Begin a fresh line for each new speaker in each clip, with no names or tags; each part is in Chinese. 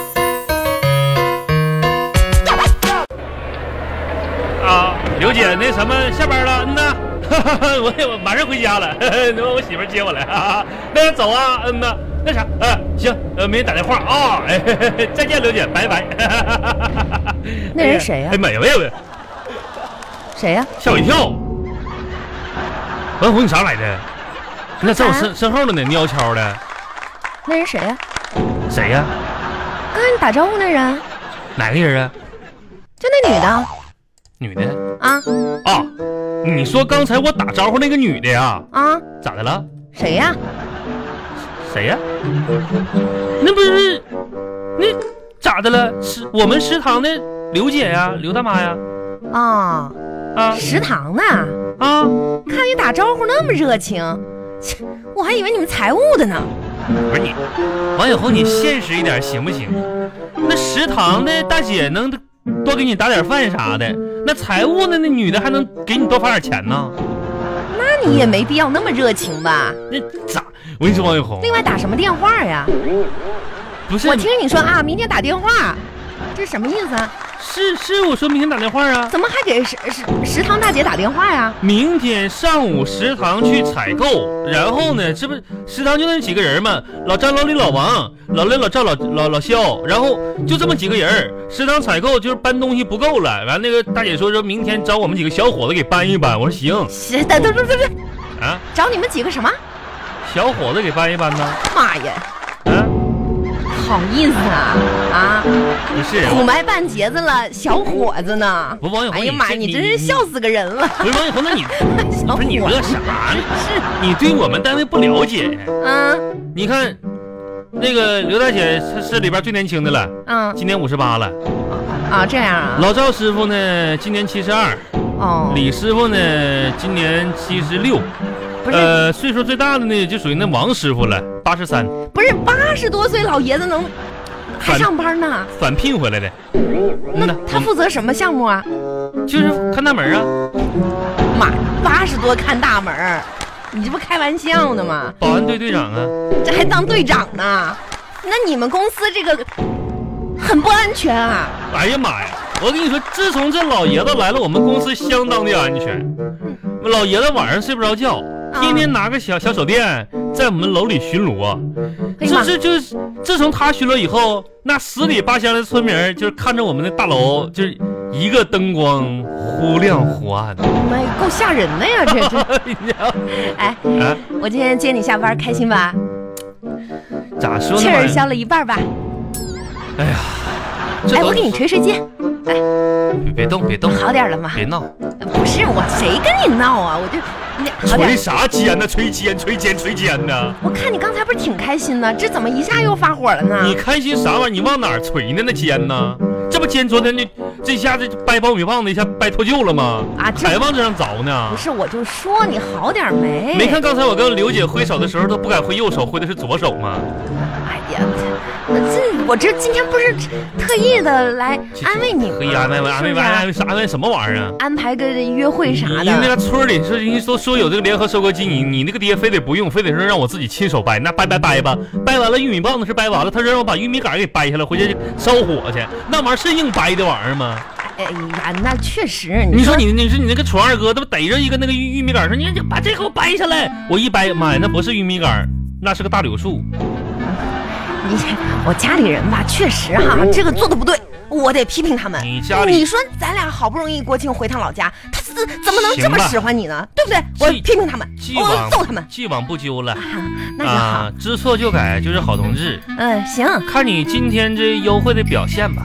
啊我嗯 我马上回家了， 那我媳妇接我来啊。那走啊，嗯呐，那啥，嗯、行，呃，没人打电话啊、 哎嘿嘿嘿再见，刘姐，拜拜。
那人谁呀
哎妈呀，喂喂，
谁呀、
吓我一跳！文红，你啥来的？你咋在我身身后了呢？你悄悄的，
那人谁呀、
谁呀、
刚才你打招呼那人，
哪个人啊？
就那女的
女的
啊
啊？你说刚才我打招呼那个女的呀？
啊，
咋的了？
谁呀、
谁呀、那不是那咋的了？是我们食堂的刘姐呀，刘大妈呀？
哦，
啊
食堂呢？
啊！
看你打招呼那么热情，切，我还以为你们财务的呢。
不是你，王小红，你现实一点行不行？那食堂的大姐能多给你打点饭啥的，那财务的那女的还能给你多发点钱呢？
那你也没必要那么热情吧？
那咋？我跟你说，王小红，
另外打什么电话呀？
不是
我听你说啊，明天打电话，这什么意思啊？
是是，我说明天打电话啊。
怎么还给食食食堂大姐打电话呀？
明天上午食堂去采购，然后呢，这不食堂就那几个人嘛，老张、老李、老王、老廖、老赵、老老老肖，然后就这么几个人儿。食堂采购就是搬东西不够了，完那个大姐说说明天找我们几个小伙子给搬一搬，我说行
是的，对对对对，
啊，
找你们几个什么？
小伙子给搬一搬呢，
妈呀，
啊，
好意思啊啊！
不是，
土埋半截子了，小伙子呢？
不王小红
哎呀
你
妈呀，
这
你
你
真是笑死个人了！哦
不是王小红， 那你
小
不
伙
是你乐啥呢？
是，
你对我们单位不了解，
嗯
你看那个刘大姐是是里边最年轻的了，
嗯
今年五十八了。
啊，这样啊，
老赵师傅呢，今年七十二；
哦，
李师傅呢，今年七十六。
不是
呃，岁数最大的呢，就属于那王师傅了，八十三，
不是，八十多岁老爷子能还
反嗯
上班呢？
返聘回来的。
那
呢
他负责什么项目啊？
就是看大门啊，
妈，八十多看大门儿，你这不开玩笑呢吗？
保安队队长啊。
这还当队长呢？那你们公司这个很不安全啊！
哎呀妈呀！我跟你说，自从这老爷子来了，我们公司相当的安全。
嗯
老爷子晚上睡不着觉，天天拿个小小手电在我们楼里巡逻啊。
哎呀妈
这，这就是自从他巡逻以后，那十里八乡的村民儿就是看着我们的大楼，就是一个灯光忽亮忽 暗的。
妈呀，够吓人的呀！这 这，哎，
啊，
我今天接你下班，开心吧？
咋说呢？
气儿消了一半吧？
这
哎，
都
我给你捶捶肩，
别别动，别动，
好点了吗？
别闹！
不是我，谁跟你闹啊？我就你好点
捶。啥肩呢？捶肩，捶肩，捶肩呢？
我看你刚才不是挺开心的，这怎么一下又发火了
你
呢？
开心啥玩意儿？你往哪儿捶呢？那肩呢？这不肩昨天就这下子就掰苞米棒子一下掰脱臼了吗？
啊这
还往这上凿呢
不？是，我就说你好点没？
没看刚才我跟刘姐挥手的时候都不敢挥右手，挥的是左手吗？
哎呀，我这我这今天不是特意的来安慰你吗，
嘿，安慰啊安慰安慰
是不是
安慰啥安慰什么玩意儿啊？
安排个约会啥
你那
的，
个村儿里说人家都说有这个联合收割机，你你那个爹非得不用，非得说让我自己亲手掰，那掰掰掰吧，掰完了玉米棒子是掰完了，他说让我把玉米杆儿给掰下来，回去烧火去，那玩意儿是硬掰的玩意儿吗？
哎呀，那确实，
你说你你说你那个楚二哥，他不逮着一个那个玉玉米杆儿说你这把这给我掰下来，我一掰，妈呀，那不是玉米杆儿，那是个大柳树，
你我家里人吧，确实哈，这个做的不对，我得批评他们。
哎你家里
你说咱俩好不容易国庆回趟老家，他怎怎么能这
行
么
吧
使唤你呢？对不对？
既
我批评他们，
既
我
往
揍他们。
既往不咎了
那就好，
啊，知错就改就是好同志，
嗯，行，
看你今天这优惠的表现吧，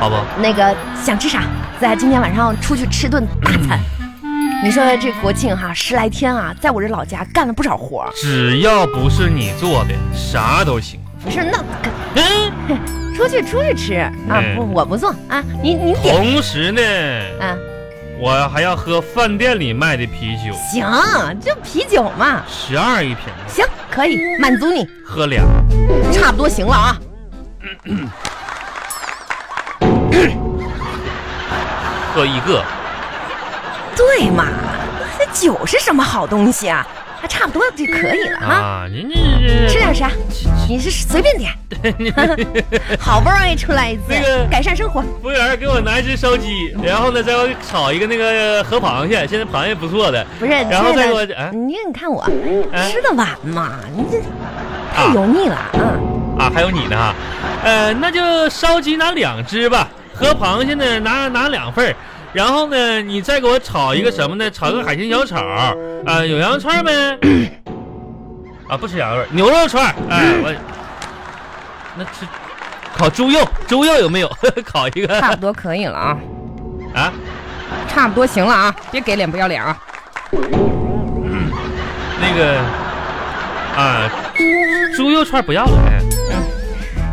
好不？
那个想吃啥，在今天晚上出去吃顿大餐。 你说这国庆哈、十来天啊，在我这老家干了不少活儿，
只要不是你做的，啥都行。
不是那可
嗯，
出去出去吃啊，
嗯
不我不做啊，你你点
同时呢，
啊，
我还要喝饭店里卖的啤酒，
行，这啤酒嘛，
十二一瓶，
行，可以满足你，
喝俩。
差不多行了啊。
喝一个，
对嘛，这酒是什么好东西啊？还差不多就可以了啊。
啊，您这
吃
这
点啥？你是随便 点。好不容易出来一次
那个，
改善生活。
服务员给我拿一只烧鸡，然后呢再给我炒一个那个河螃蟹，现在螃蟹不错的。
不是，
然后再给我
这
啊啊
个，你你看我
哎
吃的晚嘛，你这太油腻了嗯，
啊，还有你呢，呃，那就烧鸡拿两只吧，河螃蟹呢拿拿两份儿然后呢你再给我炒一个什么呢？炒个海鲜小炒，啊、有羊肉串呗？啊，不吃羊肉，牛肉串，哎，我那吃烤猪肉，猪肉有没 有？烤一个
差不多可以了啊，
啊？
差不多行了啊，别给脸不要脸啊。
那个啊，猪肉串不要了，哎，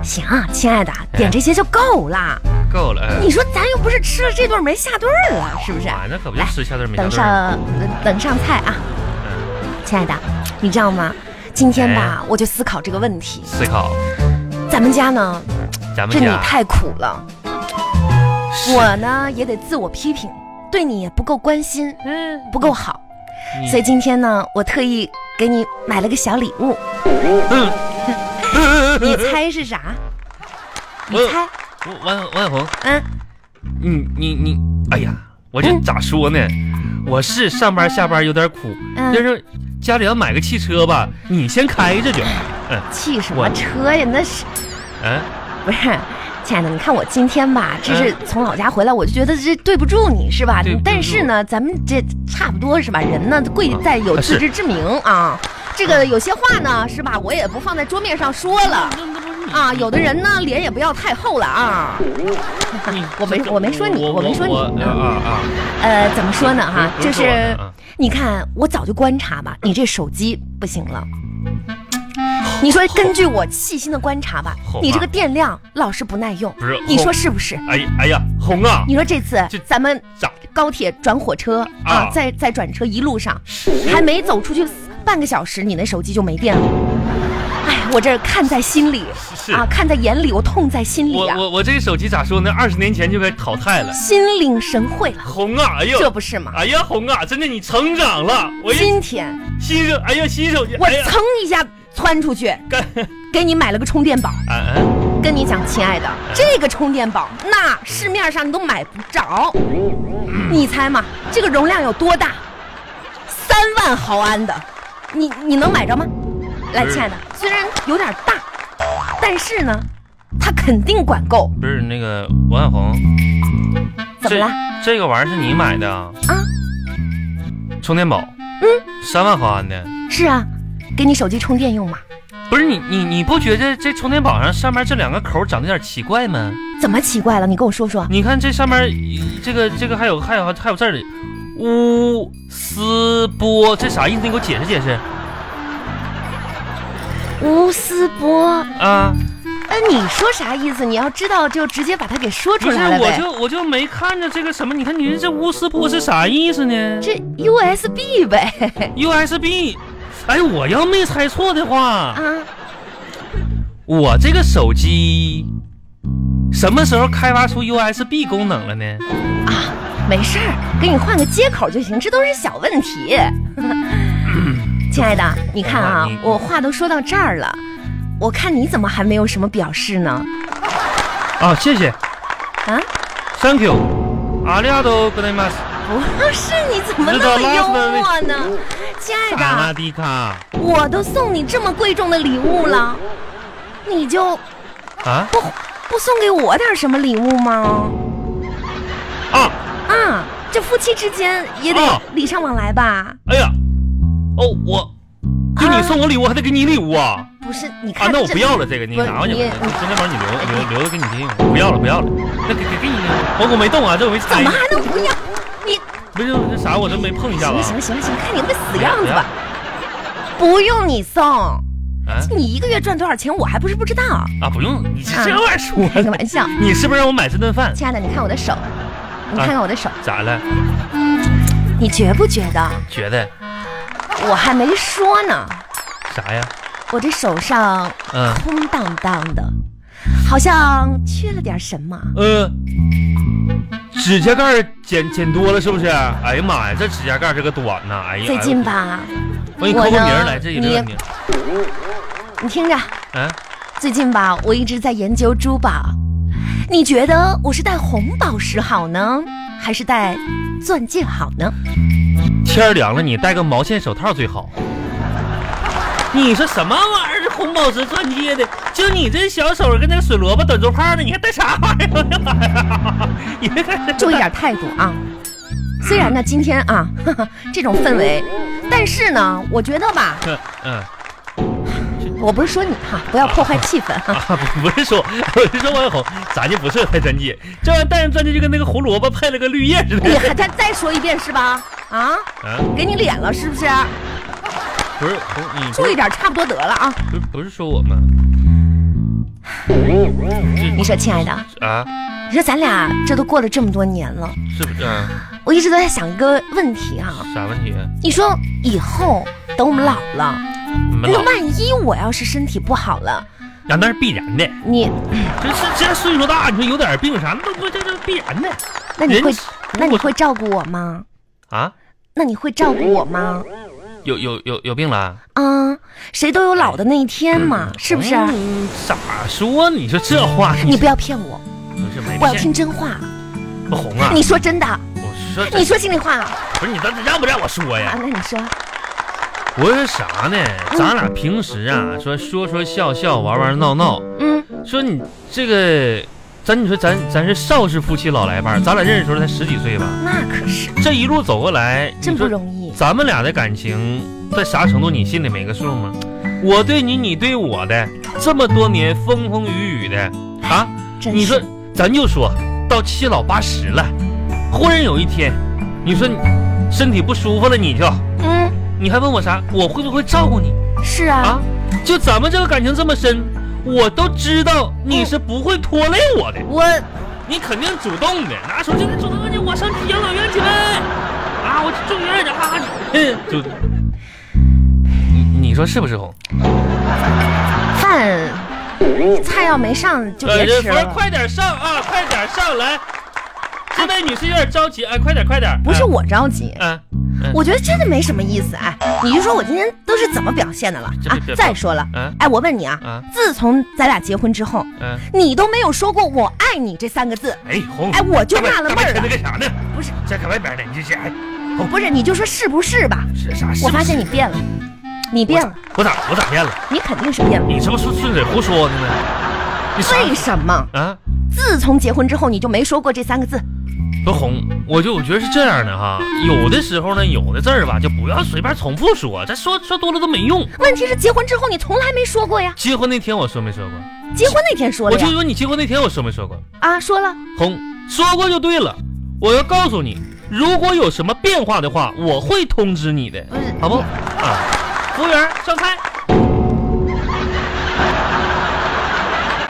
行啊，亲爱的，点这些就够了。
够了，哎
你说咱又不是吃了这顿没下顿儿了，是不是？
啊，那可不就
来
吃下顿没下
等
顿儿吗？
上等上菜啊，
嗯
亲爱的，你知道吗？今天
哎
吧，我就思考这个问题。
思考，
咱们家呢，
咱
这
们
你
家
太苦了，
是
我呢也得自我批评，对你也不够关心，
嗯
不够好。
你
所以今天呢，我特意给你买了个小礼物，
嗯，
你猜是啥？你
我
猜，
我王王小红，
嗯，
你你你，哎呀，我这
嗯
咋说呢？我是上班下班有点苦，
嗯
但是家里要买个汽车吧，你先开着
嗯
就，
汽什
我
么车呀？那是
嗯，
不是？亲爱的，你看我今天吧，这是从老家回来，我就觉得这嗯对不住你是吧
对不住？
但是呢，咱们这差不多是吧？人呢，贵在有
啊是
自知之明啊。这个有些话呢，是吧？我也不放在桌面上说了
那那不是你
啊。有的人呢，脸也不要太厚了啊。
你
我没我没说你我没说你
我啊啊啊，
呃，怎么说呢哈？
不
就
我
是是
的啊
你看，我早就观察吧，你这手机不行了。你说，根据我细心的观察吧
好吧，
你这个电量老是不耐用
不是，
你
好
说是不是？
哎呀哎呀，红啊，
你说哎这次
这
咱们
咋
高铁转火车
啊
啊，再再转车一路上，还没走出去半个小时，你那手机就没电了。哎，我这看在心里
是
啊，看在眼里，我痛在心里
我
啊，
我我这手机咋说呢？二十年前就该淘汰了，
心领神会了，
红啊，哎
这
呦，
不是吗？
哎呀红啊，真的你成长了，我一
今天
新手，哎呀新手机，
我
哎呀
噌一下窜出去，
干，
给你买了个充电宝。
啊啊。
跟你讲，亲爱的，这个充电宝那市面上你都买不着，你猜嘛，这个容量有多大？三万毫安的，你你能买着吗？来，
不是
亲爱的，虽然有点大，但是呢，它肯定管够。
不是那个王小红，
怎么
这
了？
这个玩意儿是你买的啊？
啊，
充电宝，嗯，三万毫安的，
是啊，给你手机充电用嘛？
不是你你你不觉得这充电宝上上面这两个口长得有点奇怪吗？
怎么奇怪了？你跟我说说。
你看这上面这个这个还有还有还有字儿的，乌斯波，这啥意思？你给我解释解释
吴思波，
啊！
呃，你说啥意思？你要知道就直接把它给说出
不是，
来了
我
呗。
就我就没看着这个什么，你看你这乌斯波是啥意思呢
这 USB 呗，
？USB，哎，我要没猜错的话，
啊。
我这个手机什么时候开发出 USB 功能了呢？
没事儿，给你换个接口就行，这都是小 问题。亲爱的，你看啊
哎你，
我话都说到这儿了，我看你怎么还没有什么表示呢？
啊，谢谢
啊，
，Thank you，阿里亚多格雷马斯，
不 是，你怎么那么幽默呢？亲爱
卡纳
的，
迪卡
我都送你这么贵重的礼物了，你就
啊
不不送给我点什么礼物吗？
啊！
啊，这夫妻之间也
哦
得礼尚往来吧？
哎呀，哦，我就你送我礼物，我还得给你礼物啊？
不是，你
啊
看，
那我
这
不要了，这个你
不
拿回去
你嗯
吧，充电宝你留留留着给你用，不要了不要了，那给给给你留，我我没动啊，这我没
怎
拆
么，还能不要？你
没有这啥我都没碰一下哎
行
子
了
啊
行了行了行了，看你那个死样子吧。不用你送，
啊
你一个月赚多少钱，我还不是不知道。
啊，不用，你这这玩意儿说
开个
的，
玩笑，
你是不是让我买这顿饭？
亲爱的，你看我的手，你看看我的手，
咋了？
你觉不觉得？
觉得
我还没说呢，
啥呀？
我这手上
嗯
空荡荡的，好像缺了点什么。
呃，指甲盖儿剪剪多了是不是？哎呀妈呀，这指甲盖儿这个短呐！哎呀，哎
最近吧，
我给你
我
扣个名
呢
儿来，这也没问题。
你听着，
啊，
最近吧，我一直在研究珠宝。你觉得我是戴红宝石好呢，还是戴钻戒好呢？
天儿凉了，你戴个毛线手套最好。你说什么玩意儿？这红宝石钻戒的，就你这小手跟那个水萝卜短竹炮呢，你还戴啥玩意儿？你这 个
注意点态度啊！虽然呢，今天啊 呵呵这种氛围，但是呢，我觉得吧，
嗯嗯
我不是说你哈，不要破坏气氛 哈。
啊，不不是说，我是说王小红，咱就不适合戴钻戒，这玩意儿戴上钻戒就跟那个胡萝卜配了个绿叶似的
你。还再再说一遍是吧？啊，
啊，
给你脸了是不是？
不是，不是你不
注意
是
点，差不多得了啊！
不是不是说我吗？
你说，亲爱的，
啊，
你说咱俩这都过了这么多年了，
是不是啊？
我一直都在想一个问题哈、啊。
啥问题？
你说以后等我们老了，
你们
那
老
万一我要是身体不好了，
啊，那是必然的。
你
这这这岁数大，你说有点病啥，那不这这必然的
那你
人
会
是
那你会照顾我吗？
啊？
那你会照顾我吗？
有有有有病了？
啊，谁都有老的那一天嘛，是不是？啊
嗯咋说？你说这话，
你不要骗我，
不是没
我要
骗
听真话。
不红啊？
你说真的，
我说这
你说心里话啊？
不是你，咱让不让我说呀？
那你说，
我说啥呢？咱俩平时啊，说说说笑笑，玩玩闹闹，
嗯，
说你这个，咱你说咱咱是少氏夫妻老来伴儿，咱俩认识的时候才十几岁吧，
那可是
这一路走过来，
真
你
不
说
容易。
咱们俩的感情在啥程度，你心里没个数吗？我对你，你对我的，这么多年风风雨雨的啊，
真
你说
是，
咱就说到七老八十了，忽然有一天，你说你身体不舒服了，你就
嗯，
你还问我啥？我会不会照顾你
是啊，
啊？就咱们这个感情这么深，我都知道你是不会拖累我的，
我
你肯定主动的，拿手机主动的，啊我上养老院去呗，啊，我住院去啊，嗯， 就，你你说是不是红？
饭菜要没上就别
人
吃
呃哎儿
了。
快点上啊，快点上来，这位女士有点着急，哎，快点快点，
不是我着急，
啊，
我觉得真的没什么意思。哎，你就说我今天都是怎么表现的了
哎这
啊
这？
再说了，
啊
哎，我问你啊
啊，啊
自从咱俩结婚之后，
啊，
你都没有说过我爱你这三个字。
哎红，
哎，我就纳了闷儿
那
了，
干啥呢？
不是
在搁外边呢，你这是哎，
哦不是，你就说是不是吧？
是啥？
我发现你变了，你变了，
我咋我咋变了？
你肯定是变了。
你这不是顺嘴胡说的吗？你啥？
为什么？
啊？
自从结婚之后，你就没说过这三个字？
不是红，我就我觉得是这样的哈，有的时候呢，有的字儿吧，就不要随便重复说，这说说多了都没用。
问题是结婚之后你从来没说过呀。
结婚那天我说没说过？
结婚那天说
我
了
就
呀，
说你结婚那天我说没说过？
啊，说了，
红，说过就对了。我要告诉你，如果有什么变化的话，我会通知你的，
不是
好不？啊，服务员上菜。